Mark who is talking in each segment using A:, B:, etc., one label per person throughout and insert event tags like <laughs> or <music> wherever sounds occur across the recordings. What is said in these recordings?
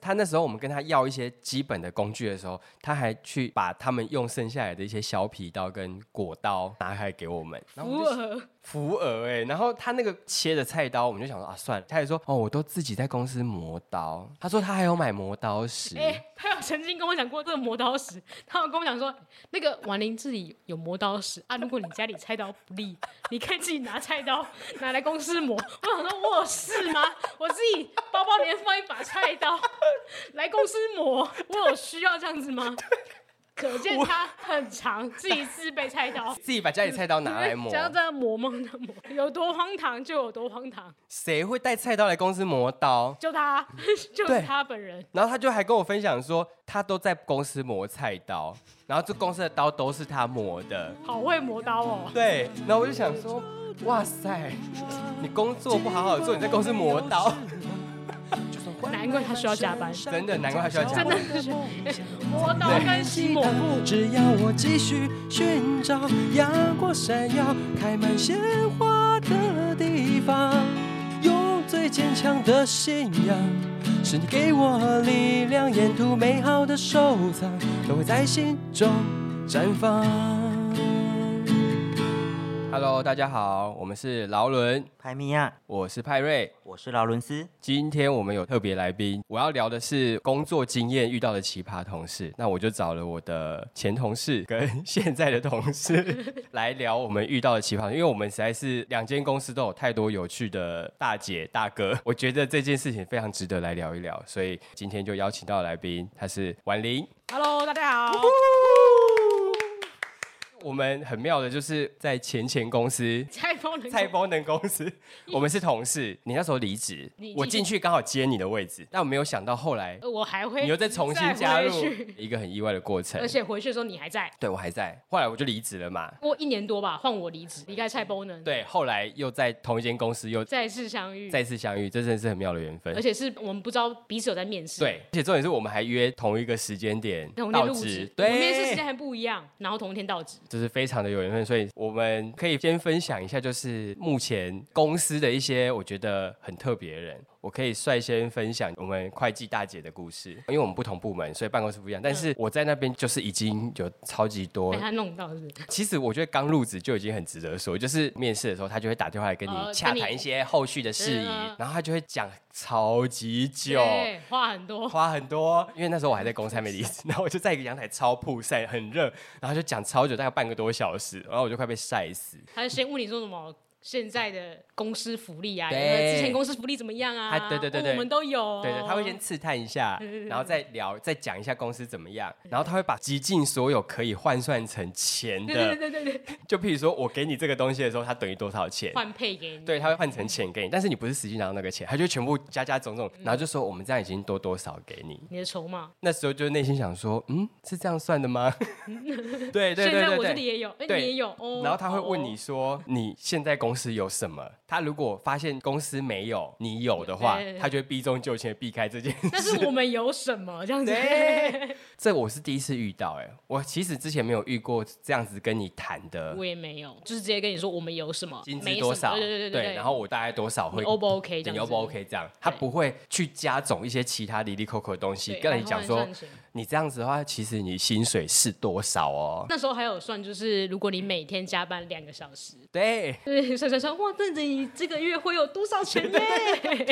A: 他那时候我们跟他要一些基本的工具的时候，他还去把他们用剩下来的一些削皮刀跟果刀拿开给我们，然后我
B: 福
A: 们就
B: 尔
A: 福耳哎、然后他那个切的菜刀，我们就想说啊，算了。他也说哦，我都自己在公司磨刀。他说他还有买磨刀石，
B: <laughs> 哎、他有曾经跟我讲过这个磨刀石，他有跟我讲说，那个丸林这里有磨刀石啊，如果你家里菜刀不利，你可以自己拿菜刀拿来公司磨。我想说，我有事吗？我自己包包里面放一把菜刀来公司磨，我有需要这样子吗？可见他很长，自己自备菜刀。
A: 自己把家里菜刀 <laughs> 拿来
B: <laughs>
A: 磨
B: 只。要这样磨吗？这样磨，有多荒唐就有多荒唐，
A: 谁会带菜刀来公司磨刀？
B: 就他， <laughs> 就是
A: 对
B: 他本人。
A: 然后他就还跟我分享说，他都在公司磨菜刀，然后这公司的刀都是他磨的。
B: 好会磨刀哦！
A: 对，然后我就想说，哇塞，你工作不好好做，你在公司磨刀，
B: 难怪他需要加班，
A: 真的难怪他需要加
B: 真
A: 班
B: 的是磨刀跟吸抹布。
C: 只要我继续寻找阳光闪耀、开满鲜花的地方，用最坚强的信仰，是你给我力量，沿途美好的收藏都会在心中绽放。
A: Hello，大家好，我们是劳伦，
D: 派米亚，
A: 我是派瑞。
D: 我是劳伦斯。
A: 今天我们有特别来宾，我要聊的是工作经验遇到的奇葩同事。那我就找了我的前同事跟现在的同事 <laughs> 来聊我们遇到的奇葩，因为我们实在是两间公司都有太多有趣的大姐大哥，我觉得这件事情非常值得来聊一聊，所以今天就邀请到来宾，他是婉玲。
B: Hello，大家好。
A: 我们很妙的就是在前前公司
B: 蔡风 <laughs> 能
A: 蔡丰能公司， <laughs> 我们是同事。你那时候离职
B: 你，
A: 我
B: 进
A: 进去刚好接你的位置，但我没有想到后
B: <laughs>
A: 来
B: 呃我还会
A: 你又再重新加入
B: 再回去，
A: 一个很意外的过程
B: 而。且回去的时候你还在。
A: 对我还在，后来我就离职了嘛。
B: 过一年多吧，换我离职，离开蔡风能，，
A: 对，后来又在同一间公司又
B: 再次相遇，
A: 再次相遇，这真的是很妙的缘分
B: 而。且是我们不知道彼此有在面试，，
A: 对，而且重点是我们还约同一个时间点
B: 同天
A: 到
B: 入
A: 职
B: 职，，我们面试时间
A: 对，
B: 还不一样，然后同一天到职。
A: 就是非常的有缘分。所以我们可以先分享一下，就是目前公司的一些我觉得很特别的人。我可以率先分享我们会计大姐的故事，因为我们不同部门，所以办公室不一样。但是我在那边就是已经有超级多
B: 被他弄到是不是？
A: 其实我觉得刚入职就已经很值得说，就是面试的时候，他就会打电话来跟你
B: 哦
A: 洽
B: 跟
A: 谈
B: 你
A: 一些后续的事宜
B: 对啊，
A: 然后他就会讲超级久，
B: 对，话很多，
A: 花很多。因为那时候我还在公司还没离
B: <laughs>
A: 职，然后我就在一个阳台超曝晒，很热，然后就讲超久，大概半个多小时，然后我就快被晒死。
B: 他就先问你说什么现在的公司福利啊，有
A: 对
B: 没有之前公司福利怎么样啊
A: 他？对对对
B: 哦
A: 对
B: 我们都有哦。嗯
A: 对对，他会先刺探一下，然后再聊，再讲一下公司怎么样，然后他会把极尽所有可以换算成钱
B: 对对
A: 的，
B: 对对对对。
A: 就譬如说我给你这个东西的时候，它等于多少钱，
B: 换嗯配给你。
A: 对，他会换成钱给你，但是你不是实际拿到那个钱，他就全部加加总
B: 嗯
A: 总，然后就说我们这样已经多多少给你。
B: 你的筹码，
A: 那时候就内心想说，嗯，是这样算的
B: <laughs>
A: 吗？对对
B: 现
A: 对
B: 在我这
A: 对
B: 里
A: 对。
B: 也有，哎、
A: 对
B: 你也有哦。
A: 然后他会问
B: 哦
A: 你说你现在公司有什么？他如果发现公司没有你有的话
B: 对，
A: 他就会避重就轻地避开这件
B: <laughs>
A: 事。
B: 但是我们有什么这样子？
A: 对，这我是第一次遇到、哎，我其实之前没有遇过这样子跟你谈的
B: <laughs> 我也没有，就是直接跟你说我们有什么，
A: 薪
B: 没
A: 资
B: 什
A: 多
B: 么
A: 少，
B: 对对对对。
A: 然后我大概多少会
B: 你 O 不 OK 这样
A: 你
B: 子
A: O 不 OK 这样，他
B: 对
A: 不会去加总一些其他离离扣扣的东西
B: 对
A: 跟你讲
B: 然
A: 说
B: 后换算钱，
A: 你这样子的话，其实你薪水是多少哦？
B: 那时候还有算，就是如果你每天加班两个小时，
A: 对，
B: 对，算算算，哇，这你这个月会有多少
A: <laughs>
B: 钱呢？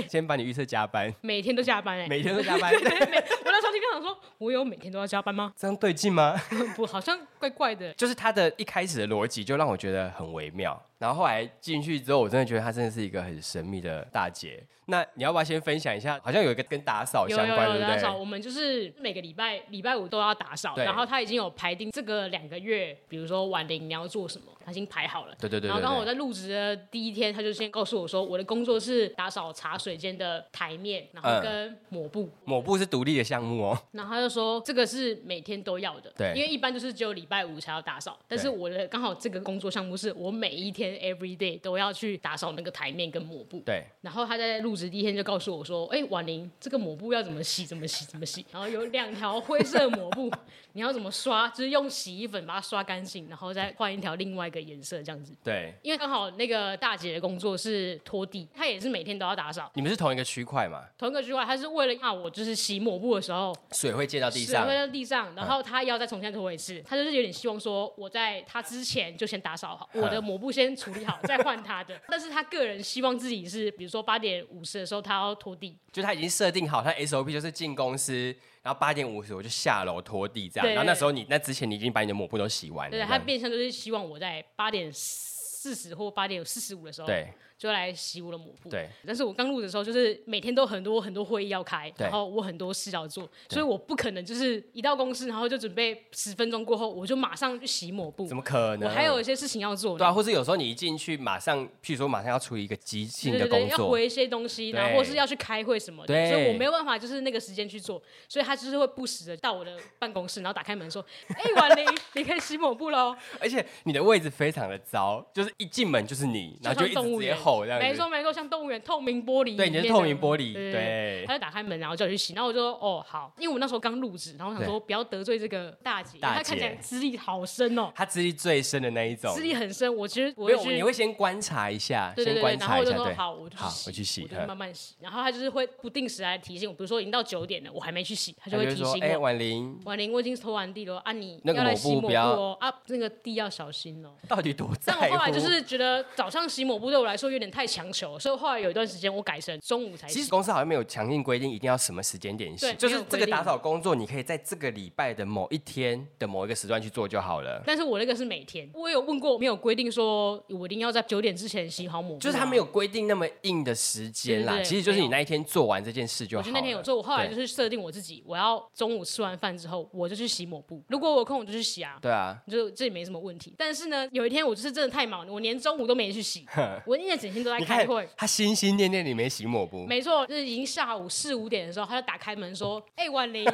A: 先把你预测加班，
B: 每天都加班哎、
A: 每天都加班，
B: 我那时候就跟他说，我有每天都要加班吗？ <laughs>
A: 这样对劲吗？
B: 不，好像怪怪的。
A: 就是他的一开始的逻辑就让我觉得很微妙，然后后来进去之后，我真的觉得她真的是一个很神秘的大姐。那你要不要先分享一下？好像有一个跟打扫
B: 有
A: 相
B: 有
A: 关，
B: 有
A: 对
B: 打
A: 不
B: 扫，
A: 对？
B: 我们就是每个礼拜礼拜五都要打扫，
A: 对
B: 然后他已经有排定这个两个月，比如说晚零你要做什么，他已经排好了。
A: 对对对
B: 然后刚好我
A: 对
B: 在入职的第一天，他就先告诉我说，我的工作是打扫茶水间的台面，然后
A: 嗯
B: 跟抹布。
A: 抹布是独立的项目哦，
B: 然后他就说这个是每天都要的，
A: 对
B: 因为一般就是只有礼拜五才要打扫，但
A: 对
B: 是我的刚好这个工作项目是我每一天 every day 都要去打扫那个台面跟抹布。
A: 对，
B: 然后他在入职第一天就告诉我说：“哎、婉玲，这个抹布要怎么洗？怎么洗？怎么洗？然后有两条灰色抹布，你要怎么刷？就是用洗衣粉把它刷干净，然后再换一条另外一个颜色这样子。
A: 对，
B: 因为刚好那那个大姐的工作是拖地，她也是每天都要打扫。
A: 你们是同一个区块嘛？
B: 同一个区块，她是为了啊让我就是洗抹布的时候，
A: 水会溅到地上
B: 水会，到地上，然后她要再重新拖一次。她就是有点希望说，我在她之前就先打扫好，我的抹布先处理好，再换她的。 <laughs> 但是她个人希望自己是，比如说八点五十的时候她要拖地，
A: 就他已经设定好，他 SOP 就是进公司，然后八点五十我就下楼拖地这样。
B: 对
A: 然后那时候你那之前你已经把你的抹布都洗完了，
B: 对，
A: 这
B: 她
A: 样
B: 变相就是希望我在八点四十或八点四十五的时候，
A: 对
B: 就来洗我的抹布。
A: 对
B: 但是我刚入的时候，就是每天都很多很多会议要开，
A: 对
B: 然后我很多事要做，所以我不可能就是一到公司，然后就准备十分钟过后，我就马上去洗抹布
A: 怎。么可
B: 我
A: 能？
B: 还有一些事情要做呢，
A: 对啊，或是有时候你一进去马上，譬如说马上要处理一个即兴
B: 对
A: 的
B: 对
A: 工
B: 对，要
A: 作，
B: 回一些东西，
A: 对
B: 然后或是要去开会什么的，
A: 对
B: 所以我没有办法就是那个时间去做，所以他就是会不时的到我的办公室，然后打开门说：“哎、婉玲，你可以洗抹布喽。
A: 而且你的位置非常的糟，就是一进门就是你，”然后就
B: 像
A: 一直
B: 动
A: 直
B: 物
A: 接
B: 园
A: 吼这样子。
B: 没错没错，像动物园透明玻璃里面这
A: 对，
B: 样，
A: 你是透明玻璃，
B: 对
A: 对
B: 他，就打开门，然后叫我去洗，然后我就说哦好，因为我那时候刚入职，然后我想说不要得罪这个大姐，因
A: 大姐
B: 为她看起来资历好深哦，
A: 他资历最深的那一种
B: 资。历很深。我其实我
A: 没
B: 会
A: 有，你
B: 去
A: 会先观察一下，
B: 对
A: 先
B: 对对，
A: 观
B: 然后
A: 察
B: 我
A: 一
B: 就
A: 下，
B: 说
A: 对，
B: 好，我就去
A: 好
B: 洗，
A: 我去洗
B: 我就
A: 嗯
B: 慢慢洗。然后她就是会不定时来提醒我，比如说已经到九点了，我还没去洗，她
A: 他
B: 就会提
A: 说，
B: 醒
A: 哎，
B: 我。
A: 婉玲
B: 婉玲，我已经拖完地了啊，你
A: 那个
B: 要来
A: 抹
B: 洗
A: 布
B: 抹
A: 不
B: 布
A: 要
B: 哦啊，那个地要小心哦。
A: 到底多在
B: 但
A: 乎？
B: 我后来就是觉得早上洗抹布对我来说有点太强求，所以后来有一段时间我改成中午才洗
A: 其。实公司好像没有强硬规定一定要什么时间点洗，
B: 对
A: 就是
B: 没有
A: 这
B: 规
A: 个
B: 定
A: 打扫工作，你可以在这个礼拜的某一天的某一个时段去做就好了。
B: 但是我那个是每天，我有问过，没有规定说我一定要在九点之前洗好抹布啊，
A: 就是他没有规定那么硬的时间啦，
B: 对对对
A: 其实就是
B: 没
A: 你
B: 有
A: 那一天做完这件事就
B: 我
A: 好
B: 就
A: 了。
B: 那天有做，我后来
A: 对
B: 就是设定我自己，我要中午吃完饭之后，我就去洗抹布。如果我有空，我就去洗啊，
A: 对啊，
B: 就这也没什么问题。但是呢，有一天我就是真的太忙了，我连中午都没
A: <laughs>
B: 去洗，我一整天都在
A: 你
B: 开
A: 看
B: 会。
A: 他心心念念你没洗抹布，
B: 没错，就是已经下午四五点的时候，他就打开门 <laughs> 说：“哎、婉玲，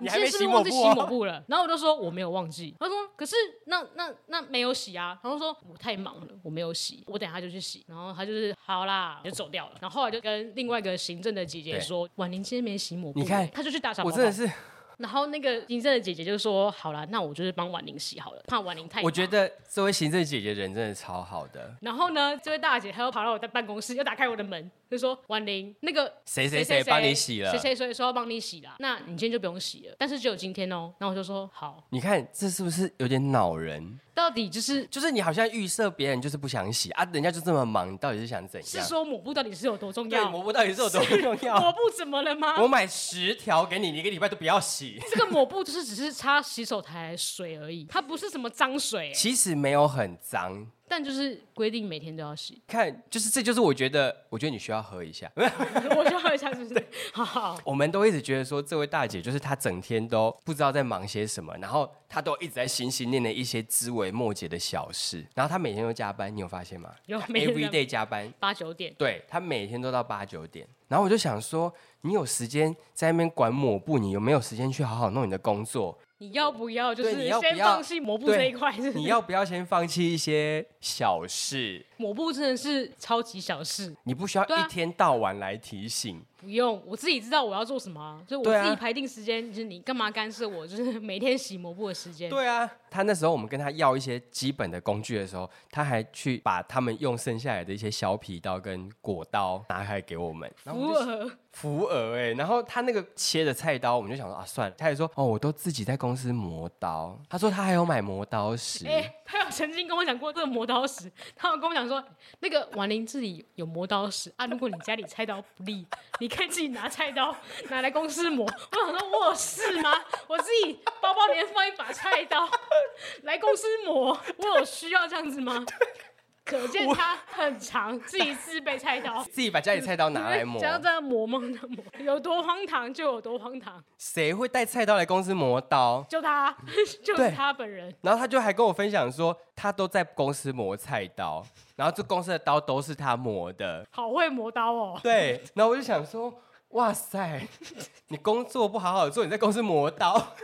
A: 你
B: 你
A: 还
B: 现
A: 没洗
B: 在是不是
A: 抹
B: 忘记洗
A: 布啊
B: 抹布了？”然后我就说：“我没有忘记。”他说：“可是那那那没有洗啊。”然后说：“我太忙了，我没有洗，我等下就去洗。”然后他就是好啦，就走掉了。然后后来就跟另外一个行政的姐姐
A: 对
B: 说：“婉玲今天没洗抹布。”
A: 你看
B: 他就去打扫包
A: 我
B: 包。
A: 真的是，
B: 然后那个行政的姐姐就说：“好啦，那我就是帮婉玲洗好了，怕婉玲太忙……”
A: 我觉。得这位行政姐姐人真的超好的，
B: 然后呢，这位大姐她又跑到我的办公室，又打开我的门，就说：“婉玲，那个
A: 谁谁谁帮你洗了
B: 谁。谁谁说要帮你洗啦，那你今天就不用洗了，但是只有今天哦。然后我就说好，
A: 你看这是不是有点恼人？
B: 到底就是
A: 就是你好像预设别人就是不想洗啊，人家就这么忙，你到底是想怎
B: 是
A: 样？
B: 说抹布到底是有多重
A: 对
B: 要？
A: 抹布到底是有多重
B: 抹
A: 要？
B: 布怎么了
A: <laughs>
B: 吗？
A: 我买十条给你，你一个礼拜都不要洗。
B: 这个抹布就是只是擦洗手台的水而已，它不是什么脏水，欸
A: 其实没有很脏，。
B: 但就是规定每天都要洗
A: <laughs> 看就是这就是我觉得，我觉得你需要喝一下。 <laughs>
B: 我就喝一下，是不是？好好，
A: 我们都一直觉得说，这位大姐就是她整天都不知道在忙些什么，然后她都一直在心心念念一些枝微末节的小事，然后她每天都加班，你有发现吗？
B: 有
A: 她
B: <laughs> 每天都
A: ，every day 加班，
B: 八九点。
A: 对她每天都到八九点。然后我就想说，你有时间在那边管抹布，你有没有时间去好好弄你的工作？
B: 你要不要就是
A: 对你要不要
B: 先放弃抹布这一块？是不是
A: 你要不要先放弃一些小事？
B: 抹布真的是超级小事，
A: 你不需要
B: 对啊
A: 一天到晚来提醒。
B: 不用，我自己知道我要做什么、啊，所以
A: 对
B: 我
A: 啊
B: 自己排定时间。就是你干嘛干涉我？就是每天洗抹布的时间。
A: 对啊，他那时候我们跟他要一些基本的工具的时候，他还去把他们用剩下来的一些削皮刀跟果刀拿开给我们，然后我
B: 福
A: 们就
B: 尔，
A: 扶额哎，然后他那个切的菜刀，我们就想说啊，算了，他也说哦，我都自己在公司磨刀，他说他还有买磨刀石，
B: <laughs> 哎、他有曾经跟我讲过这个磨刀石，他有跟我讲说，那个婉玲这里有磨刀石啊，如果你家里菜刀不利，你可以自己拿菜刀拿来公司磨。我想说，我有事吗？我自己包包里面放一把菜刀来公司磨，我有需要这样子吗？可见他很长，自己自备菜刀。
A: 自己把家里菜刀拿来磨，
B: <laughs> 想要这样磨吗？这样磨，有多荒唐就有多荒唐，
A: 谁会带菜刀来公司磨刀？<laughs>
B: 就他，就是他本人。
A: 然后他就还跟我分享说，他都在公司磨菜刀，然后这公司的刀都是他磨的，
B: 好会磨刀哦！
A: 对，然后我就想说，哇塞，你工作不好好做，你在公司磨刀，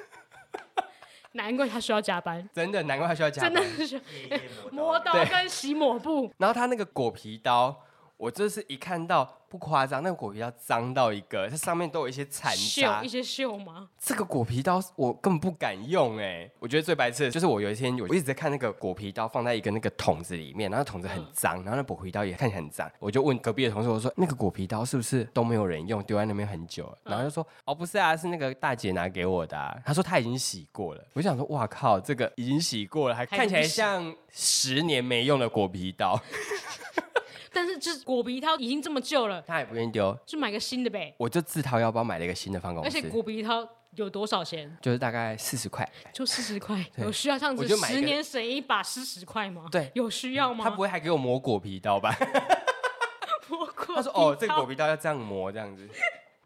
A: <laughs>
B: 难怪他需要加班，
A: 真的难怪他需要加
B: 真
A: 班
B: <laughs> 的。是需要磨刀
A: 对
B: 跟洗抹布。
A: 然后他那个果皮刀，我这是一看到不夸张，那个果皮刀脏到一个，它上面都有一些残
B: 秀
A: 渣
B: 一。些秀吗？
A: 这个果皮刀我根本不敢用哎、我觉得最白痴的就是我有一天我一直在看那个果皮刀放在一个那个桶子里面，然后桶子很脏，然后那果皮刀也看起来很脏，我就问隔壁的同事我说那个果皮刀是不是都没有人用，丢在那边很久了？然后他就说哦不是啊，是那个大姐拿给我的、啊，
B: 嗯
A: 她说她已经洗过了。我就想说哇靠，这个已经洗过了，还
B: 还
A: 看起来
B: 不洗
A: 像十年没用的果皮刀，
B: 但是这果皮套已经这么旧了，
A: 她也不愿意丢，
B: 就买个新的呗。
A: 我就自掏腰包买了一个新的放公
B: 而且
A: 司，
B: 果皮套有多少钱？
A: 就是大概四十块。
B: 就四十块，
A: 对
B: 有需要这样
A: 我
B: 子
A: 就买一个
B: 十年省一把四十块吗？
A: 对
B: 有需要吗？
A: 他
B: <laughs>
A: 不会还给我磨果皮刀吧？ <laughs>
B: 磨过，
A: 他说：“哦，这个果皮刀要这样磨，这样子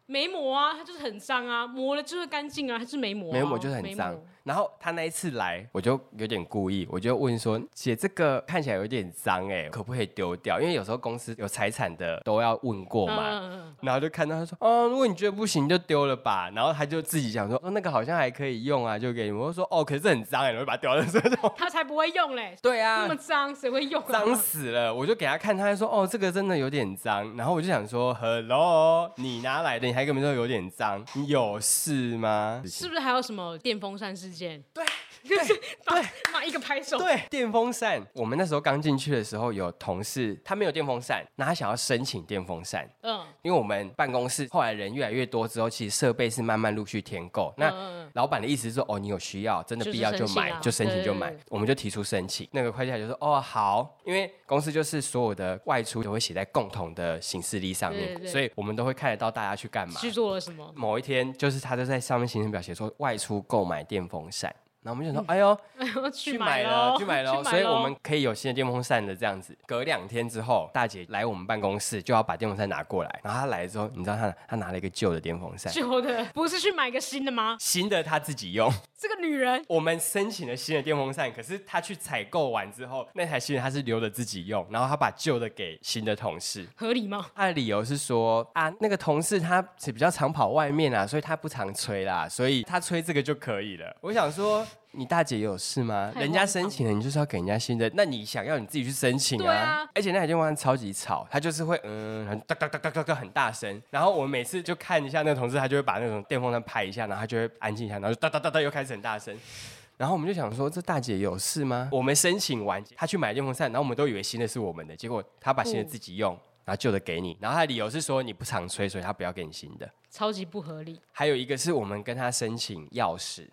B: 没磨啊，它就是很脏啊，磨了就是干净啊，它就是没磨、啊，
A: 没磨就是很脏
B: 没磨。”
A: 然后他那一次来，我就有点故意，我就问说：“姐，这个看起来有点脏哎，可不可以丢掉？因为有时候公司有财产的都要问过
B: 嗯
A: 嘛。”
B: 嗯嗯
A: 然后就看到他说：“哦，如果你觉得不行就丢了吧。”然后他就自己想说：“哦，那个好像还可以用啊，就给你们。”我就说：“哦，可是很脏哎，你会把它丢了是不 <laughs> 是？”
B: 嗯他才不会用嘞，
A: 对啊
B: 那么，脏谁会用、啊？
A: 脏死了！我就给他看，他还说：“哦，这个真的有点脏。”然后我就想说：“Hello，你拿来的，你还跟我们说有点脏，你有事吗？”
B: 是不是还有什么电风扇事件？ <laughs>
A: 对，
B: 就是把妈一个拍手，
A: 对，电风扇，我们那时候刚进去的时候，有同事他没有电风扇，那他想要申请电风扇，
B: 嗯，
A: 因为我们办公室后来人越来越多之后，其实设备是慢慢陆续添购。
B: 嗯嗯
A: 那老板的意思是说，哦，你有需要，真的必要就买，
B: 就
A: 就是申
B: 申请
A: 请
B: 啊
A: 就买
B: 对对。
A: 我们就提出申请，那个会计就说，哦，好，因为公司就是所有的外出都会写在共同的行事历上
B: 对
A: 面
B: 对，对
A: 所以我们都会看得到大家去干嘛。
B: 去做了什
A: <laughs>
B: 么？
A: 某一天，就是他就在上面行程表写说外出购买电风扇，然后我们就
B: 嗯
A: 想说，哎呦。
B: 去
A: 咯 <laughs>
B: 喽，
A: 去买
B: 喽
A: 喽，，所以我们可以有新的电风扇的这样子。隔两天之后，大姐来我们办公室就要把电风扇拿过来，然后她来之后，你知道她她拿了一个旧的电风扇，
B: 旧的，不是去买个新的吗？
A: 新的她自己用。 <laughs>
B: 这个女人
A: 我们申请了新的电风扇，可是她去采购完之后，那台新的她是留着自己用，然后她把旧的给新的同事。
B: 合理吗？
A: <laughs> 她的理由是说啊，那个同事他是比较常跑外面啊，所以他不常吹啦，所以他吹这个就可以了。我想说，你大姐有事吗？
B: 太
A: 人
B: 荒
A: 家
B: 唐
A: 申请了，你就是要给人家新的，那你想要你自己去申请
B: 对啊
A: 而且那台电风扇超级吵，它就是会嗯，很哒哒哒哒哒哒很大声。然后我们每次就看一下那个同事，他就会把那种电风扇拍一下，然后他就会安静一下，然后就哒哒哒哒又开始很大声。然后我们就想说，这大姐有事吗？我们申请完，她去买电风扇，然后我们都以为新的是我们的，结果她把新的
B: 不
A: 自己用，然后旧的给你。然后她的理由是说你不常吹，所以她不要给你新的。
B: 超级不
A: <laughs>
B: 合理，
A: 还有一个是我们跟她申请钥匙，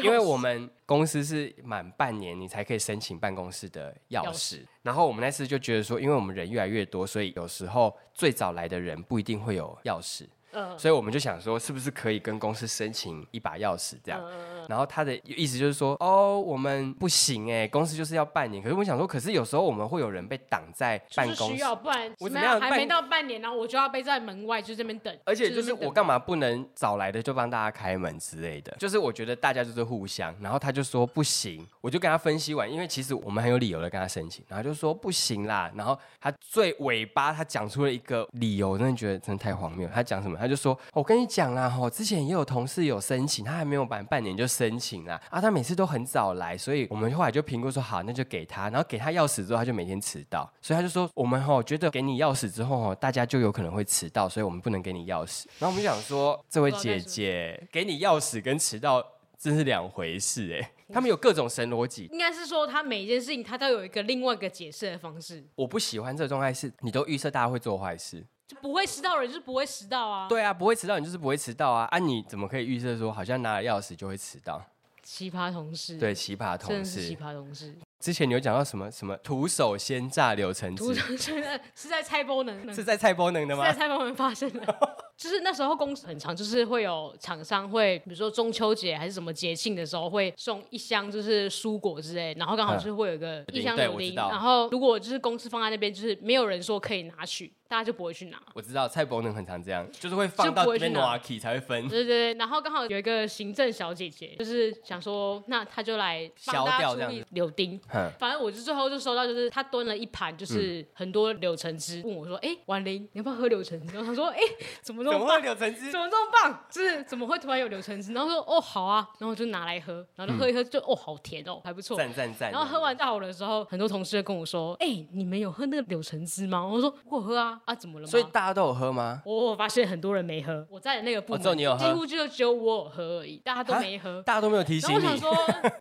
A: 因为我们公司是满半年你才可以申请办公室的钥
B: 钥
A: 匙，然后我们那次就觉得说，因为我们人越来越多，所以有时候最早来的人不一定会有钥匙，
B: 呃，
A: 所以我们就想说，是不是可以跟公司申请一把钥匙这样？
B: 嗯
A: 然后他的意思就是说，哦，我们不行哎、公司就是要半年。可是我想说，可是有时候我们会有人被挡在办
B: 就是
A: 公
B: 需
A: 室，
B: 要，不然
A: 我怎
B: 怎
A: 么
B: 么
A: 样
B: 样还没
A: 办
B: 到半年，然后我就要被在门外就这边等，
A: 而且就是
B: 这边
A: 我
B: 等
A: 干嘛不能早来的就帮大家开门之类的？就是我觉得大家就是互相，然后他就说不行，我就跟他分析完，因为其实我们很有理由的跟他申请，然后他就说不行啦，然后他最尾巴他讲出了一个理由，我真的觉得真的太荒谬。他讲什么？他就说哦我跟你讲啦，吼，之前也有同事有申请，他还没有满半年就申请啦，啊，他每次都很早来，所以我们后来就评估说好，那就给他，然后给他钥匙之后，他就每天迟到，所以他就说我们吼觉得给你钥匙之后吼，大家就有可能会迟到，所以我们不能给你钥匙。然后我们就想说，这位姐姐给你钥匙跟迟到真是两回事哎、他们有各种神逻辑。
B: 应该是说他每一件事情他都有一个另外一个解释的方式，
A: 我不喜欢这个状态是，你都预设大家会做坏事。
B: 就不会迟到的人就是不会迟到啊。，
A: 对啊，不会迟到你就是不会迟到啊！啊，你怎么可以预设说好像拿了钥匙就会迟到？
B: 奇葩同事，
A: 对，，奇葩
B: 真
A: 同
B: 的是
A: 事
B: 奇。葩同 <laughs> 事。
A: 之前你有讲到什么什么徒手先炸柳橙
B: 图
A: 汁，
B: 上真的是在拆包能，
A: <laughs> 是
B: 是
A: 在蔡波能的吗
B: 在？拆包能发生的。 <laughs> 就是那时候公司很长，就是会有厂商会，比如说中秋节还是什么节庆的时候，会送一箱就是蔬果之类，然后刚好
A: 嗯
B: 是会有一个
A: 柳丁
B: 一箱
A: 对
B: 柳
A: 我知
B: 丁，
A: 道
B: 然后如果就是公司放在那边，就是没有人说可以拿去，大家就不会去拿。
A: 我知道蔡伯能很常这样，就是会放到
B: 就
A: 这
B: 不会去
A: 边
B: 拿
A: Noaki 才会 <laughs> 分。
B: 对对对，然后刚好有一个行政小姐姐，就是想说，那她就来帮
A: 消
B: 大
A: 掉这
B: 家处
A: 样
B: 理
A: 子
B: 柳
A: <laughs>
B: 丁。
A: 哼，
B: 反正我就最后就收到，就是她端了一盘，就是很多柳橙汁，问我说：“哎、婉玲，你要不要喝柳橙汁？”然后她说：“哎、怎么都么
A: 怎 <laughs> 么会
B: 棒？
A: 柳橙汁
B: 怎？么这么棒？就是怎么会突然有柳橙汁？然后说哦好啊，然后我就拿来喝，然后就喝一喝就、哦好甜哦，还不错。
A: 赞赞赞！
B: 然后喝完到我的时候，很多同事就跟我说：“哎、你们有喝那个柳橙汁吗？”我说：“我有喝啊，啊怎么了吗？”
A: 所以大家都有喝吗？
B: 我我发现很多人没喝，我在的那个部
A: 哦只有
B: 门，
A: 你有喝
B: 几乎就只有我有喝而已，大家都没喝。
A: 大家都没有提
B: 然
A: 醒
B: 后我想
A: 你。
B: 说，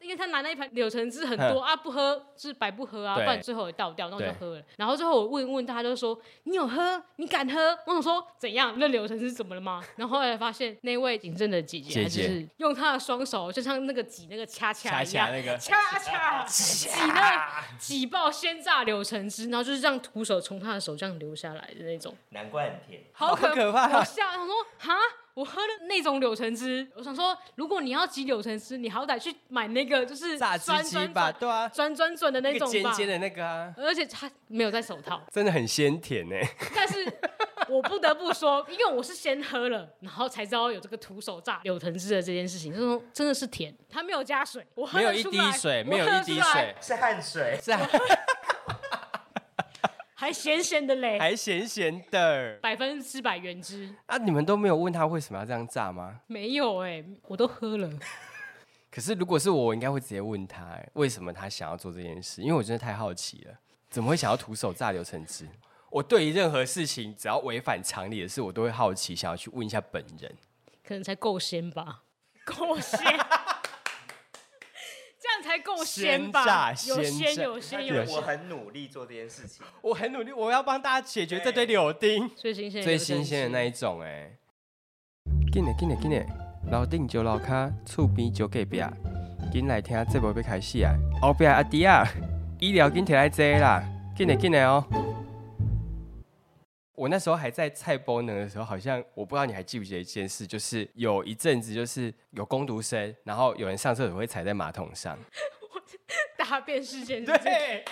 B: 因为他拿那一盘柳橙汁很多啊，不喝就是白不喝啊，不
A: 对
B: 然最后也倒掉，那我就
A: 对
B: 喝了。然后最后我问一问，大家就说你有喝，你敢喝？我想说怎样？那柳橙汁怎么了吗？然后后来发现那位警政的姐姐，
A: 姐
B: 她就
A: 姐
B: 是用她的双手，就像那个挤那个恰恰
A: 掐
B: 一
A: 掐
B: 样，
A: 那个，
B: 恰恰挤那个挤爆鲜榨柳橙汁，然后就是这样徒手从她的手这样流下来的那种。
D: 难怪很甜。
B: 好可
A: 好可怕
B: 我吓，我说哈，我喝了那种柳橙汁，我想说，如果你要挤柳橙汁，你好歹去买那个就是
A: 榨汁
B: 酸
A: 机
B: 酸
A: 吧，
B: 转
A: 对啊，
B: 转转转的那
A: 那个
B: 种
A: 尖
B: 吧。
A: 尖的那个啊，
B: 而且它没有戴手套，
A: 真的很鲜甜呢。<laughs>
B: 但是我不得不说，因为我是先喝了，然后才知道有这个徒手榨柳橙汁的这件事情，就是说真的是甜，它没有加水，我喝
A: 没有
B: 得
A: 一
B: 出
A: 滴
B: 来
A: 水，
B: 我
A: 没有
B: 喝
A: 一
B: 得
A: 滴
B: 出来
A: 水，
D: 是汗水，
A: 是啊
B: 还咸咸的嘞，
A: 还咸咸的
B: 百分之百原汁，
A: 啊！你们都没有问他为什么要这样炸吗？
B: 没有哎、我都喝了。
A: <laughs> 可是如果是我，我应该会直接问他欸为什么他想要做这件事，因为我真的太好奇了，怎么会想要徒手炸柳橙汁？我对于任何事情，只要违反常理的事，我都会好奇，想要去问一下本人。
B: 可能才够鲜吧，够 <laughs> 鲜，这样才够鲜吧，
A: 鲜榨
B: 有
A: 鲜
B: 鲜
A: 榨
B: 有
D: 他
B: 鲜
D: 觉
B: 有
D: 得我
B: 鲜，
D: 很努力做这件事情。
A: 我很努力，我要帮大家解决这堆柳丁。
B: 最新鲜的
A: 最
B: 柳橙
A: 新鲜的那
B: 汁
A: 一种哎、欸。紧嘞紧嘞紧嘞，楼顶就楼卡，厝边就隔壁，紧来听这目要开始啊！后壁阿弟啊，医疗紧摕来坐啦，紧嘞紧嘞哦。我那时候还在菜包呢的时候，好像我不知道你还记不记得一件事，就是有一阵子就是有工读生，然后有人上厕所会踩在马桶上。
B: 大便事件是不是
A: 对，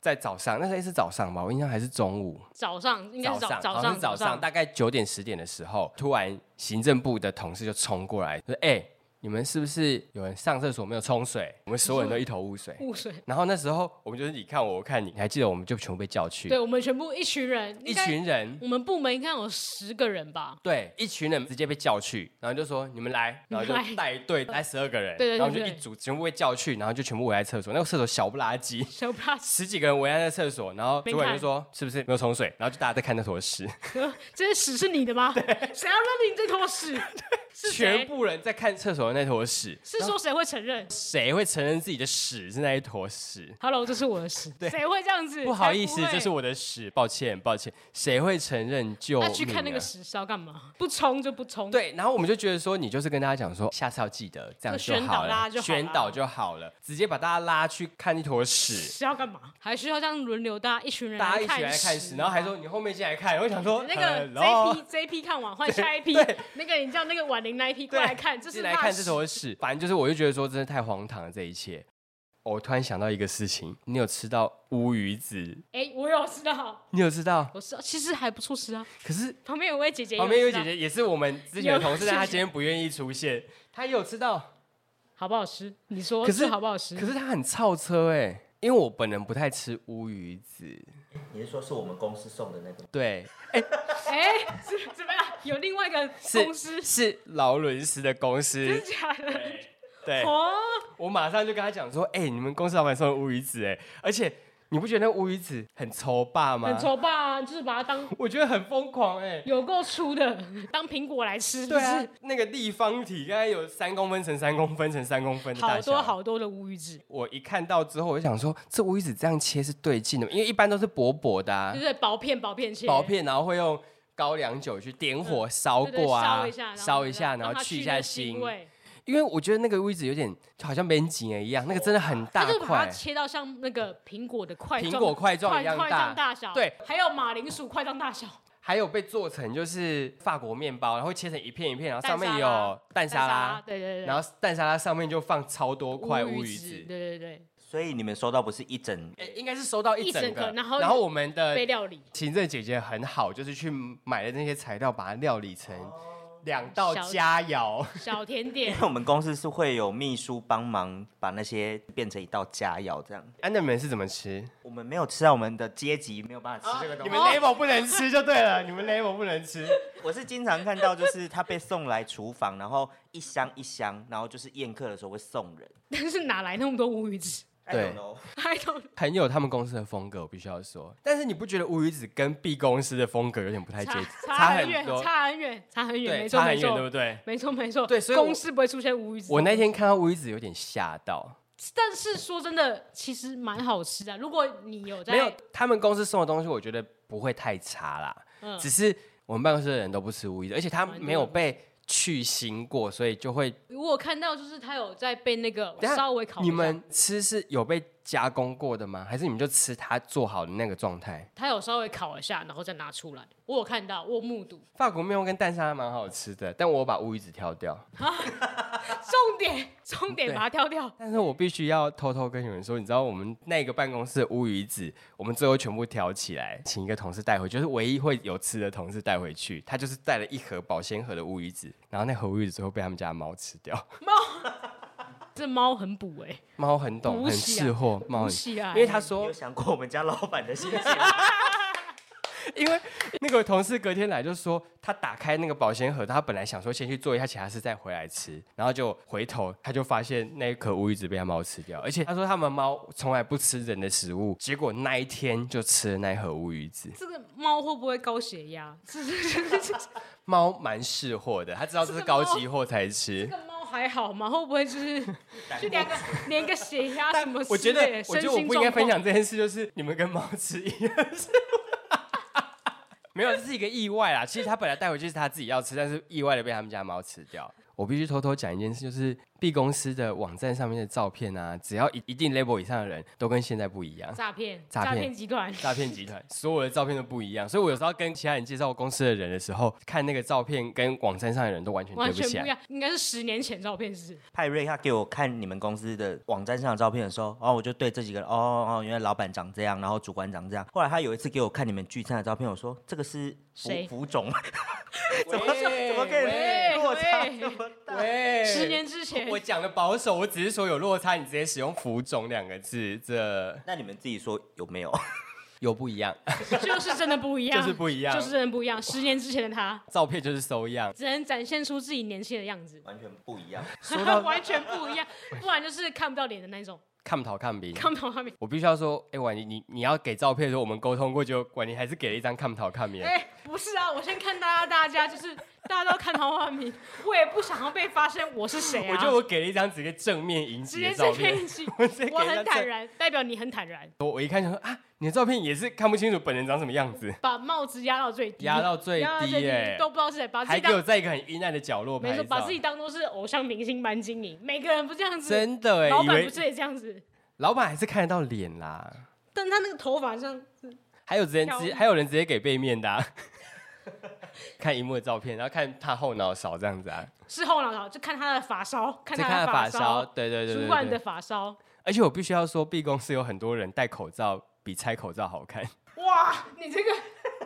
A: 在早上，那时候是早上吧，我印象还是中午。
B: 早上应该是早
A: 好像
B: 上
A: 是早上大概九点十点的时候，突然行政部的同事就冲过来，说：“哎、你们是不是有人上厕所没有冲水？”我们所有人都一头雾水。
B: <laughs> 雾水，
A: 然后那时候我们就是你看我，我看你，你还记得我们就全部被叫去
B: 对，我们全部一群人，
A: 一
B: 应该
A: 群人，
B: 我们部门应该有十个人吧，
A: 对，一群人直接被叫去，然后就说你们来，然后就
B: <laughs> 来
A: 带
B: <laughs>
A: 队来十二个人，
B: 对对对
A: 然后就
B: 对
A: 一组全部被叫去，然后就全部围在厕所，那个厕所小不拉几。 <laughs>
B: 小不拉
A: 十几个人围在那厕所，然后主管就说：“是不是没有冲水？”然后就大家在看那坨屎，
B: 这些屎是你的吗？谁要认领这坨
A: <laughs>
B: 屎？是谁
A: 全部人在看厕所的那坨屎。
B: 是说谁会承认
A: 谁会承认自己的屎是那一坨屎？
B: ？Hello，这是我的屎，谁会这样子？
A: 不好意思
B: 才，不会
A: 这是我的屎，抱歉，抱歉。谁会承认就、
B: 那去看
A: 啊
B: 那个。屎是要干嘛？不冲就不冲，
A: 对，然后我们就觉得说，你就是跟大家讲说，下次要记得这样
B: 就宣导
A: 好
B: 大
A: 了
B: 家，就好
A: 宣
B: 啦
A: 导就好了，直接把大家拉去看一坨屎，
B: 是要干嘛？还需要这样轮流，大家一群人
A: 大家一
B: 看啊
A: 起来看屎，然后还说你后面进来看，我想说 <laughs>
B: 那个
A: hello
B: JP <laughs> JP 看完换下一批
A: 对，
B: 那个你叫那个婉玲那一批过
A: 对
B: 来看，这是
A: 进来
B: 那
A: 看这
B: 屎
A: 坨屎，反正就是我就觉得说，真的太荒唐了这一切。我突然想到一个事情，你有吃到乌鱼子？
B: 哎，我有吃到，
A: 你有吃到？
B: 我吃，其实还不错吃啊。
A: 可是
B: 旁边有啊位姐姐，
A: 旁边有姐，啊姐，也是我们之前的
B: 有
A: 同事，但她
B: 是
A: 今天不愿意出现。她也有吃到，
B: 好不好吃？你说哎
A: 可是
B: 这好不好吃
A: 可？是她很超车哎、因为我本人不太吃乌鱼子。
D: 你是说是我们公司送的那个吗？
A: 对，
B: 哎，是怎么样？有另外一个
A: 是
B: 公司，
A: 是劳伦斯的公
B: 真
A: 司
B: 的。假的？
A: 对，哎
B: 哦，
A: 我马上就跟他讲说，哎、你们公司老板送的乌鱼子哎、而且你不觉得那乌鱼子很丑霸吗？
B: 很，丑吧？就是把它当
A: 我觉得很疯狂哎、
B: 有够粗的，当苹果来吃，
A: 对
B: 就
A: 啊
B: 是，
A: 那个立方体大概有三公分乘三公分乘三公分的大
B: 好
A: 小，
B: 多好多的无鱼子，
A: 我一看到之后，我就想说，这乌鱼子这样切是对劲的吗，因为一般都是薄薄的、啊
B: 就，是薄片薄片切，
A: 薄片，然后会用高粱酒去点火烧
B: 对对
A: 过啊，
B: 烧一下，
A: 烧一下，然
B: 让
A: 后
B: 它
A: 去一
B: 那
A: 下
B: 个
A: 腥。
B: 味。
A: 因为我觉得那个乌鱼子有点就好像没景一样，那个真的很大
B: 它就把它
A: 块。
B: 切到像那个苹果的块状，
A: 苹果块状
B: 块
A: 一样
B: 块状
A: 大，
B: 大小，
A: 对，
B: 还有马铃薯块状大小，
A: 还有被做成就是法国面包，然后会切成一片一片，然后上面
B: 蛋沙拉
A: 有蛋沙拉，
B: 对对对，
A: 然
B: 后
A: 后蛋沙拉上面就放超多块乌鱼
B: 子，
A: 子，
B: 对对对，
D: 所以你们收到不是一整
A: 诶应该是收到一
B: 一整
A: 整个
B: 个，然后
A: 我们
B: 被
A: 的
B: 料理，
A: 行政姐姐很好，就是去买的那些材料把它料理成
E: 两道
B: 小
E: 佳肴，
B: 小甜
D: 因
A: <laughs>
B: 点
D: 为我们公司是会有秘书帮忙把那些变成一道佳肴，这样
A: 安那你们是怎么吃？
D: 我们没有吃到我们的阶级没有办法吃这个东
E: 你
D: 西。
E: 们 level 不能吃就对了，你们 level 不能吃。
D: 我是经常看到，就是他被送来厨房，然后一箱一箱，然后就是宴客的时候会送人。
B: 但是哪来那么多无语子？
A: 对
D: I don't know，
B: I don't
A: 很有他们公司的风格，我必须要说。但是你不觉得乌鱼子跟 B 公司的风格有点不太接
B: 差
A: 近？
B: 差很远
A: 很，多，
B: 差很远，差很远，
A: 对，
B: 没错
A: 差很
B: 没
A: 远，对不
B: 错，
A: 对？
B: 没错没错。
A: 对所以我
B: 公司不会出现无语子。
A: 我那天看到乌鱼子有点吓到，
B: 但是说真的，其实蛮好吃的。啊如果你有在，
A: 没有，他们公司送的东西，我觉得不会太差啦。
B: 嗯哦
A: 只是我们办公室的人都不吃乌鱼子，而且他
B: 蛮多人
A: 没有被去腥过，所以就会。
B: 我看到就是他有在被那个
A: 等下
B: 稍微烤一下
A: 你们吃是有被加工过的吗？还是你们就吃它做好的那个状态？
B: 他有稍微烤一下，然后再拿出来。我有看到，我有目睹。
A: 法国面包跟蛋沙拉蛮好吃的，但我把乌鱼子挑掉。
B: 重点，重点，
A: 对
B: 把它挑掉。
A: 但是我必须要偷偷跟你们说，你知道我们那个办公室的乌鱼子，我们最后全部挑起来，请一个同事带回去，就是唯一会有吃的同事带回去。他就是带了一盒保鲜盒的乌鱼子，然后那盒乌鱼子最后被他们家的猫吃掉。
B: 这猫很补哎、
A: 猫很懂，
B: 不
A: 很
B: 喜啊
A: 识货，猫
B: 不
A: 很，
B: 喜啊，
A: 因为他
D: 你
A: 说
D: 有，想过我们家老板的心情？
A: 因为 <laughs> 那个同事隔天来就说，他打开那个保鲜盒，他本来想说先去做一下其他事再回来吃，然后就回头他就发现那一颗乌鱼子被他猫吃掉，而且他说他们猫从来不吃人的食物，结果那一天就吃了那一盒乌鱼子。
B: 这个猫会不会高血压？这
A: 猫蛮识货的，它知道这是高级货才吃。
B: 个猫还好吗？会不会就是
A: <laughs>
B: 就连个连个血压什 <laughs> 么之
A: 我觉得
B: 类的？，
A: 我觉
B: 身
A: 得我
B: 心
A: 不应该
B: 状
A: 分
B: 况。
A: 享这件事，就是你们跟猫吃一样 <laughs> 的食物没有，这是一个意外啦。其实他本来带回去是他自己要吃，但是意外的被他们家猫吃掉。我必须偷偷讲一件事，就是 B 公司的网站上面的照片啊，只要一一定 level 以上的人都跟现在不一样。
B: 诈骗，
A: 诈骗
B: 骗集团，
A: 诈骗集团，所有的照片都不一样，所以我有时候跟其他人介绍公司的人的时候，看那个照片跟网站上的人都完全对
B: 完
A: 不
B: 全
A: 起啊
B: 不一
A: 来。
B: 样。应该是十年前照片是不是
D: 派瑞他给我看你们公司的网站上的照片的时候，然后我就对这几个人，哦哦，原来老板长这样，然后主管长这样。后来他有一次给我看你们聚餐的照片，我说这个是浮
B: 谁
D: 浮肿，
A: 怎
D: 么怎么可
B: 喂
D: 以落差
B: 喂
D: 这么大？
A: 喂，
B: 十年之前
A: 我讲的保守，我只是说有落差，你直接使用“浮肿”两个字，这
D: 那你们自己说有没有？
A: 有不一样，
B: <laughs> 就是真的不一样，
A: 就是不一样
B: <laughs> 就是真的不一样。十年之前的他，
A: 照片就是收
B: <laughs>
A: 样。
B: 只能展现出自己年轻的样子，
D: 完全不一样。
A: <laughs> 说到
B: 完全不一样，不然就是看不到脸的那种，
A: 看不讨看兵，
B: 看不到画面。
A: 我必须要说，哎、婉妮，你你要给照片的时候，我们沟通过，就婉妮还是给了一张看不讨看兵。
B: 哎、不是啊，我先看大家，大家就是大家都看到画面，我也不想要被发现我是谁啊。
A: 我觉得我给了一张直接正面迎
B: 直
A: 击
B: 接
A: 的
B: 这
A: 照
B: 边
A: 片
B: 一，起，
A: 我直接给
B: 我
A: 人家
B: 很坦
A: 正。
B: 然，代表你很坦然，
A: <laughs> 我我一看就说啊，你的照片也是看不清楚本人长什么样子，
B: 把帽子压到最低，
A: 压到最
B: 压到最
A: 低耶、
B: 都不知道是谁，把自
A: 还
B: 己
A: 给我
B: 当
A: 在一个很阴暗的角落
B: 没
A: 拍
B: 错，
A: 照，
B: 把自己当做是偶像明星般经营，每个人不这样子，
A: 真的哎、
B: 老
A: 以
B: 板
A: 为
B: 不是也这样子，
A: 老板还是看得到脸啦。
B: 但他那个头发像
A: 还有直接
B: 跳
A: 直
B: 舞
A: 还有人直接给背面的、啊， <laughs> 看荧幕的照片，然后看他后脑勺这样子啊，
B: 是后脑勺，就看他的发梢，看
A: 再看
B: 的
A: 他发梢，
B: 梢，
A: 对对对
B: 主
A: 对
B: 管
A: 对
B: 的发梢，
A: 而且我必须要说，B 公司有很多人戴口罩比拆口罩好看，
B: 哇，你这个， <laughs>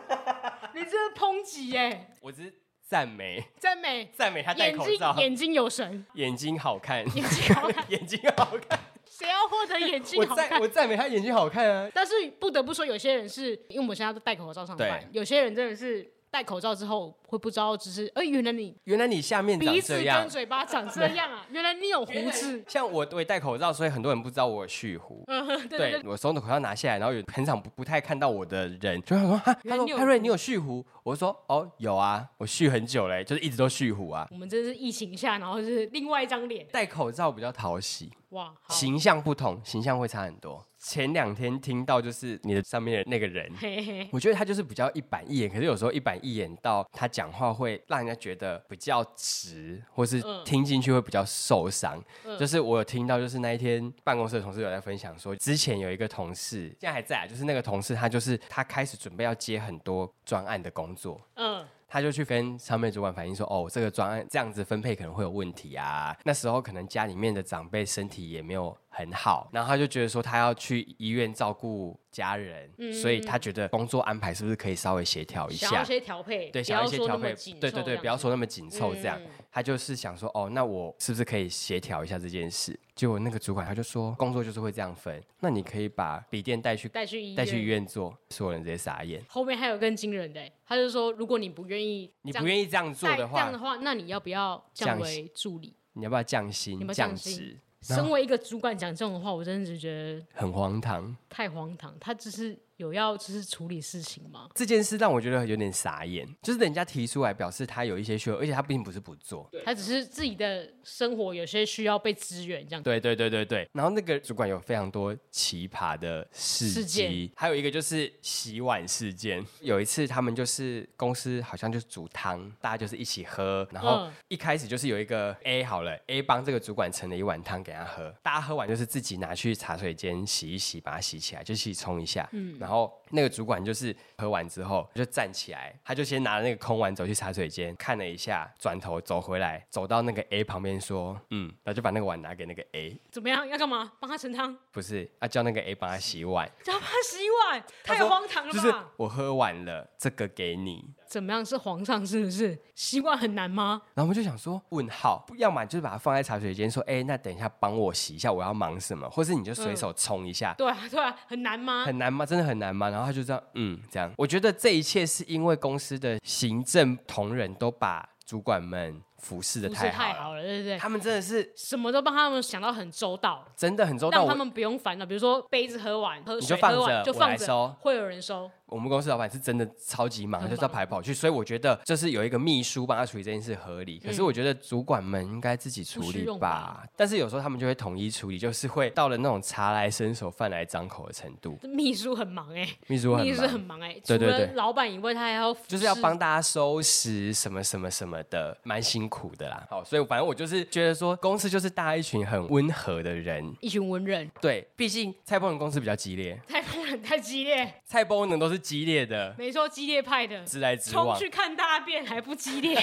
B: 你这个抨击耶，
A: 我只是赞美
B: 赞美，
A: 赞美他戴
B: 眼
A: 口
B: 睛
A: 罩，眼
B: 眼睛有神， <laughs>
A: 睛好看，
B: 眼睛好看，
A: 眼睛好看，
B: <laughs> 谁要获得眼
A: <laughs>
B: 睛
A: 我
B: 好
A: 赞
B: 看
A: 我？赞美他眼睛好看啊。
B: 但是不得不说，有些人是因为我们现在都戴口罩上班
A: 对，
B: 有些人真的是戴口罩之后会不知道，只是哎，原来你
A: 原来你下面长
B: 鼻
A: 这
B: 子
A: 样
B: 跟，嘴巴长这
A: <laughs>
B: 样啊，原来你有胡子，
A: 像我我也戴口罩，所以很多人不知道我有蓄胡。
B: 嗯，对对
A: 对
B: 对，
A: 我从口罩拿下来，然后有很少不不太看到我的人，就想说哈，
B: 原来
A: 他说
B: 你有
A: 派瑞
B: 胡
A: 你有蓄胡，我说哦有啊，我蓄很久嘞，就是一直都蓄胡啊。
B: 我们真的是疫情下，然后是另外一张脸，
A: 戴口罩比较讨喜，
B: 哇，好
A: 形象不同，形象会差很多。前两天听到就是你的上面的那个人，
B: 嘿嘿，
A: 我觉得他就是比较一板一眼，可是有时候一板一眼到他讲话会让人家觉得比较直，或是
B: 嗯
A: 听进去会比较受伤。
B: 嗯
A: 就是我有听到，就是那一天办公室的同事有在分享说，之前有一个同事现在还在啊，就是那个同事他就是他开始准备要接很多专案的工作，
B: 嗯，
A: 他就去跟上面主管反映说，哦，这个专案这样子分配可能会有问题啊。那时候可能家里面的长辈身体也没有很好，然后他就觉得说他要去医院照顾家人，
B: 嗯
A: 所以他觉得工作安排是不是可以稍微协调一
B: 想要
A: 下
B: 一？些调配，
A: 对，
B: 不
A: 想要
B: 要
A: 一些
B: 说那
A: 调
B: 么
A: 配
B: 紧，
A: 对
B: 凑
A: 对对，
B: 这
A: 不要
B: 样
A: 说
B: 子
A: 那么紧凑这样。
B: 嗯
A: 他就是想说，哦，那我是不是可以协调一下这件事？结果那个主管他就说，工作就是会这样分，那你可以把笔电带去
B: 带去医
A: 带去医
B: 院。
A: 院做，所有人直接傻眼。
B: 后面还有更惊人的欸，他就说，如果你不愿意这
A: 你
B: 样，
A: 不愿意这样做
B: 带
A: 的
B: 这
A: 话
B: 样的，话，那你要不要降
A: 降
B: 为助理？
A: 你要不要降
B: 你
A: 薪
B: 要不要、
A: 降
B: 降薪
A: 职？然后
B: 身为一个主管讲这种话，我真的是觉得
A: 很荒唐。
B: 太荒唐。他只是有要就是处理事情吗？
A: 这件事让我觉得有点傻眼，就是人家提出来表示他有一些需要，而且他并不是不做。
B: 他只是自己的生活有些需要被支援，这样
A: 对对对对对，然后那个主管有非常多奇葩的事
B: 事
A: 迹
B: 件，
A: 还有一个就是洗碗事件。有一次他们就是公司好像就是煮汤，大家就是一起喝，然后
B: 嗯
A: 一开始就是有一个 A 好了，A 帮这个主管盛了一碗汤给他喝，大家喝完就是自己拿去茶水间洗一洗，把它洗起来，就洗冲一下。然后那个主管就是喝完之后就站起来，他就先拿了那个空碗走去茶水间看了一下，转头走回来，走到那个 A 旁边说：“嗯。”然后就把那个碗拿给那个 A。
B: 怎么样？要干嘛？帮他盛汤，
A: 不是，要、叫那个 A 帮他洗碗，
B: 叫他洗碗，太荒唐了吧？
A: 就是我喝完了，这个给你。
B: 怎么样？是皇上是不是？洗碗很难吗？
A: 然后我们就想说，问号，要么就是把它放在茶水间，说，哎、那等一下帮我洗一下，我要忙什么，或是你就随手冲一下。
B: 对啊，对啊，很难吗？
A: 很难吗？真的很难吗？然后他就这样，嗯，这样。我觉得这一切是因为公司的行政同仁都把主管们服侍的
B: 不是
A: 太好
B: 太
A: 了，
B: 好了，对不对？
A: 他们真的是
B: 什么都帮他们想到很周到，
A: 真的很周到。
B: 让
A: 哦
B: 他
A: 我
B: 们不用烦恼。比如说杯子喝完，喝
A: 你
B: 水
A: 就放
B: 喝完
A: 着
B: 就
A: 我
B: 放
A: 来收
B: 着，会有人收。
A: 我们公司老板是真的超级忙，
B: 很
A: 就是要
B: 忙
A: 跑来跑去，所以我觉得就是有一个秘书帮他处理这件事合理。可是我觉得主管们应该自己处
B: 嗯不需
A: 理
B: 用
A: 吧
B: 吧，
A: 但是有时候他们就会统一处理，就是会到了那种茶来伸手、饭来张口的程度。
B: 秘书很忙哎、
A: 秘书很
B: 秘书
A: 忙，
B: 很忙哎、
A: 对对
B: 除
A: 对
B: 了老板以外，他还要服
A: 就是要
B: 侍
A: 帮大家收拾什么什么什么的，蛮辛苦的啦。好，所以反正我就是觉得说，公司就是大家一群很温和的人。
B: 一群文人。
A: 对，毕竟蔡波文公司比较激烈，
B: 太疯人太激烈，
A: 蔡波文都是激烈的，
B: 没错，激烈派的，
A: 直来直
B: 冲
A: 往。
B: 去看大便还不
A: <laughs>
B: 激烈，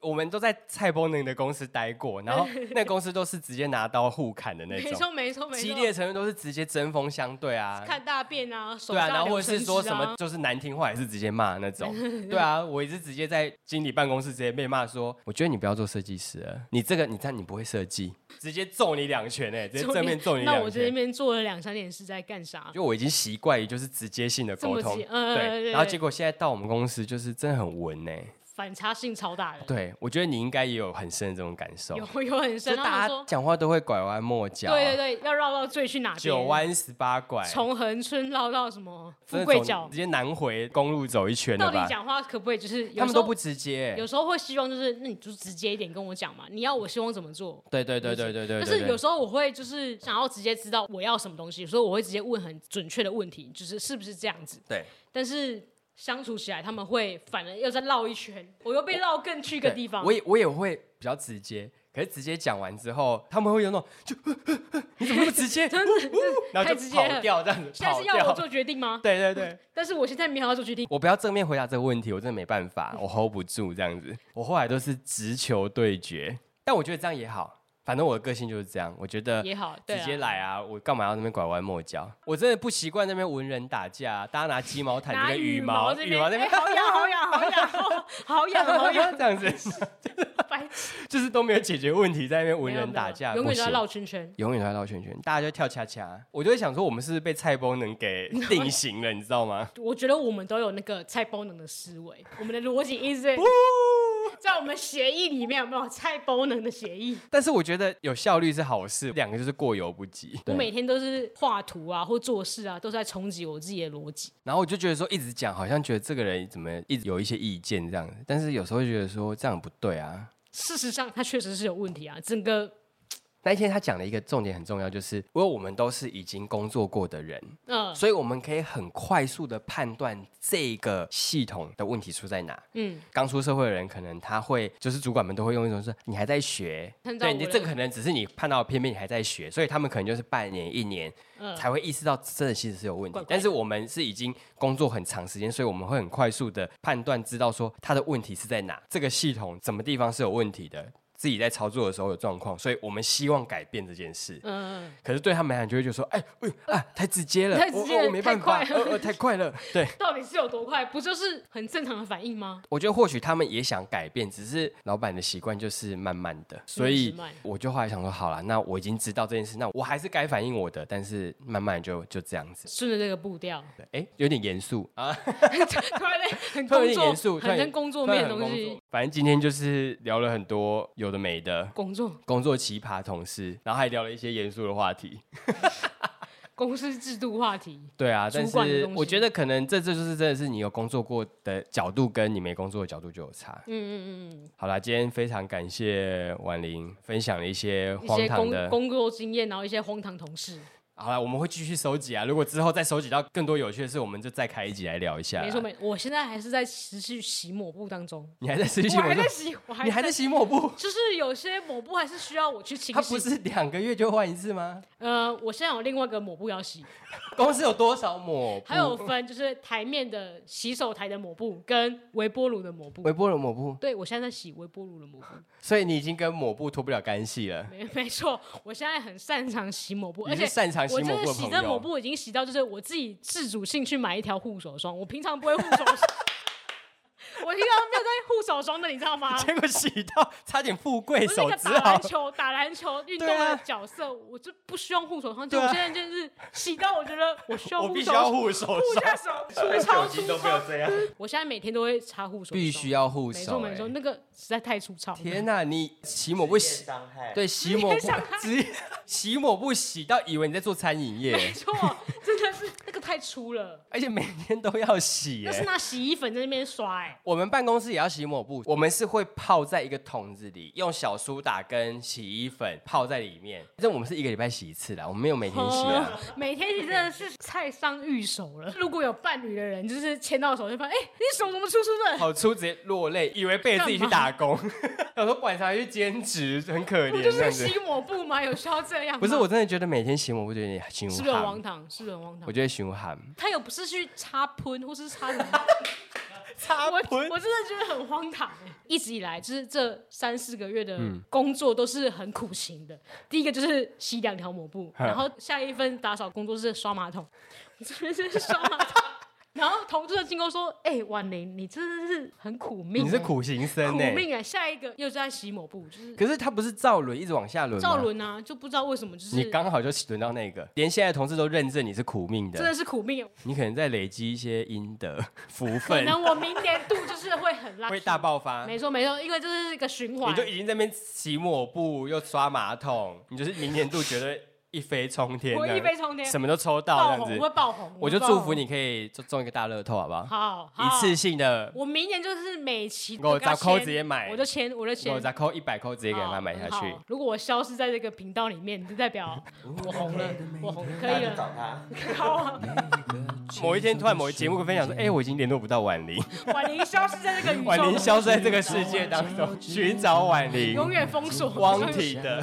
A: 我们都在蔡伯能的公司待过，
B: <laughs>
A: 然后那公司都是直接拿刀互砍的那
B: 没
A: 种，
B: 错没错没错，
A: 激烈程度都是直接针锋相对啊。
B: 看大便啊，手
A: 对啊，
B: 上
A: 然后
B: 留
A: 或者是
B: 橙
A: 说
B: 汁
A: 什么
B: <laughs> 啊
A: 就是难听话也是直接骂那
B: <laughs>
A: 种，对啊，我也是直接在经理办公室直接被骂说，我觉得你不要做设计师了，你这个你看你不会设计，直接揍你两拳哎、直接
B: 重
A: 正
B: 点
A: 面揍你
B: 那
A: 两
B: 我这
A: 拳，
B: 边做了两三年是在干啥？
A: 就我已经习惯于就是直接性的
B: 这
A: 沟
B: 么
A: 通
B: 急，嗯对
A: 对，
B: 对
A: 然后
B: 对
A: 结果现在到我们公司就是真的很文哎、
B: 反差性超大的，
A: <laughs> 对啊我觉得你应该也有很深的这种感受，
B: 有有很
A: 就
B: 深。然后
A: 大家
B: 他说，
A: 讲话都会拐弯抹角，啊
B: 对对对，要绕到最去哪边？
A: 九弯十八拐，
B: 从恒春绕到什么
A: 真
B: 富
A: 的
B: 贵
A: 走
B: 角
A: 直？接南回公路走一圈
B: 到
A: 了
B: 底
A: 吧？
B: 讲话可不可以就是有
A: 他们
B: 时
A: 都
B: 候
A: 不直接、
B: 有时候会希望就是，那你就直接一点跟我讲嘛，你要我希望怎么做。
A: 对对对对对对
B: 但
A: 对
B: 是有
A: 对。
B: 时候我会就是想要直接知道我要什么东西，所以我会直接问很准确的问题，就是是不是这样子。
A: 对，
B: 但是相处起来他们会反而又再绕一圈，我又被绕更去一个
A: 对
B: 地方。
A: 我也我也会比较直接，可是直接讲完之后，他们会有那种就呃你怎么那么直接，
B: 真的是
A: 然后就
B: 太直接
A: 跑
B: 了。
A: 掉这样
B: <laughs>
A: 子，
B: 下
A: 跑
B: 次要我
A: 掉。
B: 做决定吗？
A: 对对对，
B: 但是我现在没有要做决定。
A: 我不要正面回答这个问题，我真的没办法，我 hold 不住这样子。我后来都是直球对决，但我觉得这样也好，反正我的个性就是这样，我觉得
B: 也好，对
A: 直
B: 啊
A: 接来啊！我干嘛要那边拐弯抹角？我真的不习惯那边文人打架、啊大家拿鸡毛掸这
B: 拿
A: 个羽
B: 毛
A: 毛，
B: 这
A: 羽毛那边
B: 哎好痒好痒好痒好好痒好
A: <laughs>
B: <laughs> 痒，
A: 这样子，
B: 白痴，
A: 就是都没有解决问题，在那边文人打架，
B: 没有没有永远
A: 不
B: 都
A: 行
B: 要绕圈圈。
A: 永远都在绕圈圈，大家就跳恰恰。我就会想说，我们是不是被菜包能给定型了，你知道
B: <laughs>
A: 吗？
B: 我觉得我们都有那个菜包能的思维，我们的逻辑一直在在我们协议里面有没有菜包能的协议？
A: 但是我觉得有效率是好事，两个就是过犹不及。
B: 我每
A: 对，
B: 天都是画图啊，或做事啊，都是在冲击我自己的逻辑。
A: 然后我就觉得说，一直讲好像觉得这个人怎么一直有一些意见这样子，但是有时候会觉得说这样不对啊。
B: 事实上，它确实是有问题啊。整个
A: 那一天他讲了一个重点很重要，就是因为我们都是已经工作过的人，
B: 嗯
A: 所以我们可以很快速的判断这个系统的问题出在哪。
B: 嗯，
A: 刚出社会的人，可能他会就是主管们都会用一种说你还在学，
B: 参照
A: 对
B: 我
A: 你
B: 的
A: 这个可能只是你看到的片面，你还在学，所以他们可能就是半年一年
B: 嗯
A: 才会意识到真的其实是有问题
B: 怪怪。的
A: 但是我们是已经工作很长时间，所以我们会很快速的判断知道说他的问题是在哪，这个系统怎么地方是有问题的。自己在操作的时候有状况，所以我们希望改变这件事。
B: 嗯，
A: 可是对他们来讲，就会觉得说，哎，哎啊，太直接了，
B: <laughs> 太直接
A: 我
B: 了
A: 我没办法，
B: 太快
A: 呃
B: 了
A: 呃，太快
B: <laughs>
A: 了。对，
B: 到底是有多快？不就是很正常的反应吗？
A: 我觉得或许他们也想改变，只是老板的习惯就是慢慢的，所以
B: 嗯慢慢
A: 我就后来想说，好了，那我已经知道这件事，那我还是该反映我的，但是慢慢就就这样子。
B: 顺着这个
A: <laughs>
B: 步调，
A: 对，哎，有点严肃啊，突
B: 突然间很
A: 然有点
B: 工作，
A: 严肃，突
B: 很
A: 然
B: 跟工作面的东。
A: 突然很工
B: 西
A: 作。反正今天就是聊了很多有的没的，
B: 工作、
A: 工作奇葩同事，然后还聊了一些严肃的话题。
B: 公司制度话题，
A: 对啊，但
B: 主管的
A: 是
B: 东西
A: 我觉得可能这这就是真的是你有工作过的角度跟你没工作的角度就有差。
B: 嗯嗯嗯
A: 好啦，今天非常感谢婉玲分享了一些
B: 嗯，一
A: 荒
B: 些
A: 唐
B: 工
A: 的。
B: 工作经验，然后一些荒唐同事，
A: 好啦，我们会继续收集啊。如果之后再收集到更多有趣的事，我们就再开一集来聊一下啦。
B: 没错没错，我现在还是在持续洗抹布当中，
A: 你还在持续
B: 我还
A: 抹布
B: 在洗，我还
A: 你还在洗抹布？
B: 就是有些抹布还是需要我去清洗。
A: 它不是两个月就换一次吗？
B: 呃，我现在有另外一个抹布要洗，
A: 公司有多少抹布？
B: 还有分就是台面的洗手台的抹布跟微波炉的抹布
A: 微。波炉抹布，
B: 对，我现在在洗微波炉的抹布，
A: 所以你已经跟抹布脱不了干系了。
B: 没没错，我现在很擅长洗抹布，而
A: 你是
B: 且
A: 擅长洗
B: 我
A: 抹
B: 真
A: 布
B: 的
A: 的
B: 洗
A: 朋
B: 这抹
A: 友。
B: 布已经洗到，就是我自己自主性去买一条护手霜，我平常不会护手霜， <laughs> 我平常没有在护手霜的，你知道吗？
A: <laughs> 结果洗到差点富贵
B: 我是一
A: 手
B: 个
A: 指
B: 打
A: 好
B: 篮，球、打篮球运动
A: 对啊
B: 的角色，我就不需要护手霜，就
A: 对
B: 我
A: 啊
B: 现在就是洗到，我觉得我需要
E: 我
B: 护
E: 必
B: 手
E: 须要
B: 霜，
E: 护手
B: 护一
E: 上，
B: 下手，粗糙
E: 酒精
B: 粗
E: 都没有
B: 糙。
E: 这样。
B: 我现在每天都会擦护手霜，
A: 必须要护
B: 没错
A: 手、
B: 没错，
A: 欸。
B: 那个实在太粗糙了。
A: 天哪、你洗抹布洗
D: 伤害，
B: <laughs>
A: 对啊洗 <laughs> 抹布
B: 伤害
A: 直接洗抹布洗到以为你在做餐饮
B: 没
A: 业，
B: 错，真的是那个太粗了，
A: 而且每天都要洗、
B: <laughs> 那是
A: 欸。
B: 拿洗衣粉在那边刷哎、
A: 我们办公室也要洗抹布，我们是会泡在一个桶子里，用小苏打跟洗衣粉泡在里面。但我们是一个礼拜洗一次啦，我们没有每天洗啊。
B: 哦每天洗真的是太伤玉手了。如果有伴侣的人，就是牵到手就发现，哎、你手怎么粗粗的？
A: 好粗，直接落泪，以为被自己去打工， <laughs> 有时候晚上还去兼职，很可
B: 不
A: 怜
B: 就
A: 这样
B: 是
A: 子。
B: 洗抹布吗？有需要这样吗？
A: 不是，我真的觉得每天洗抹布就有点心
B: 是
A: 无
B: 不是很荒
A: 寒，
B: 唐？是不是很荒唐
A: 我？觉得心无寒。
B: 他有不是去擦喷或是擦
A: <laughs>
B: 什么？
A: 擦
B: 我我真的觉得很荒唐、欸。一直以来，就是这三四个月的
A: 嗯
B: 工作都是很苦行的。第一个就是洗两条抹布，然后下一份打扫工作是刷马桶， <laughs> 我这边是刷马桶。 <laughs> 然后同事的经过说：“哎、婉玲，你真的是很苦命、欸，
A: 你是苦欸行僧
B: 苦
A: 呢、
B: 命啊！下一个又在洗抹布，就是
A: 可是他不是造轮一直往下轮吗？
B: 赵伦啊，就不知道为什么就是
A: 你刚好就轮到那个，连现在的同事都认证你是苦命
B: 真的
A: 的，
B: 是苦命。欸
A: 你可能在累积一些阴德 <laughs> 福
B: 可
A: 分，
B: 能我明年度就是
A: <laughs>
B: 会很 lucky，
A: 会大爆发。
B: 没错没错，因啊为这是一个循
A: 啊
B: 环
A: 你就。已经在那边洗抹布又刷马桶，你就是明年度觉得一飞冲天
B: 我
A: 这样，
B: 一飞冲天，
A: 什么都抽到
B: 爆
A: 这
B: 红，
A: 样
B: 我
A: 子。
B: 会爆红，
A: 我
B: 会
A: 就
B: 爆
A: 祝
B: 红
A: 福。你可以中中一个大乐透，好不好？
B: 好，好
A: 一次。性的
B: 我明年就是每期
A: 我
B: 给他
A: 砸扣
B: 签
A: 直接买
B: 我就签，我就
A: 我
B: 签，
A: 再扣一百扣，直接给他买下
B: 好
A: 去。。
B: 好如果我消失在这个频道里面，就代表我红了，我红了，可以了。
D: 他。
B: 好，
A: 某一天突然某一节目会分享说，哎，我已经联络不到婉玲，
B: 婉玲消失在这个宇宙，
A: 婉玲消失在这个世界当
B: 嗯
A: 中，寻找婉玲，
B: 永远封锁，
A: 光体的，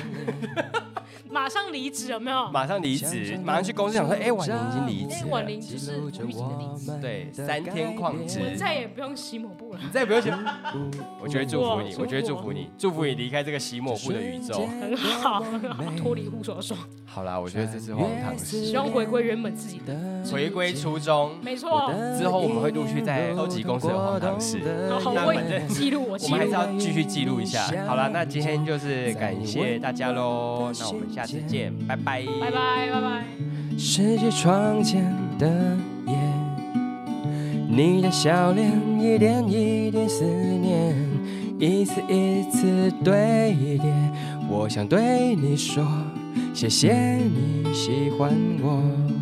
B: <laughs> 马上离职，有没有？
A: 马上离职，马上去公司想说，哎，婉玲已经离职
B: 哎，
A: 了
B: 婉，玲就是无止的离职，
A: 对，三天旷职，
B: 我再也不用洗抹布了。
A: 你再也不用想，我觉得祝福你，
B: 哇
A: 我觉得祝福你，祝福你离开这个洗抹布的宇宙。
B: 很好，很好，脱离护手霜，
A: 好啦，我觉得这是荒唐事，
B: 希望回归原本自己的。
A: 回归初衷。
B: 没错，
A: 之后我们会陆续再收集公司的荒唐事。
B: 然后
A: 那
B: 我
A: 反
B: 也
A: 正
B: 记录，我
A: 我
B: 记
A: 们还是
B: 录。
A: 要继续记录一下。好了，那今天就是感谢大家喽，那我们下次见，拜拜，
B: 拜。拜，拜拜。
C: 拾起窗前的夜，你的笑脸一点一滴思念，一次一次堆叠。我想对你说，谢谢你喜欢我。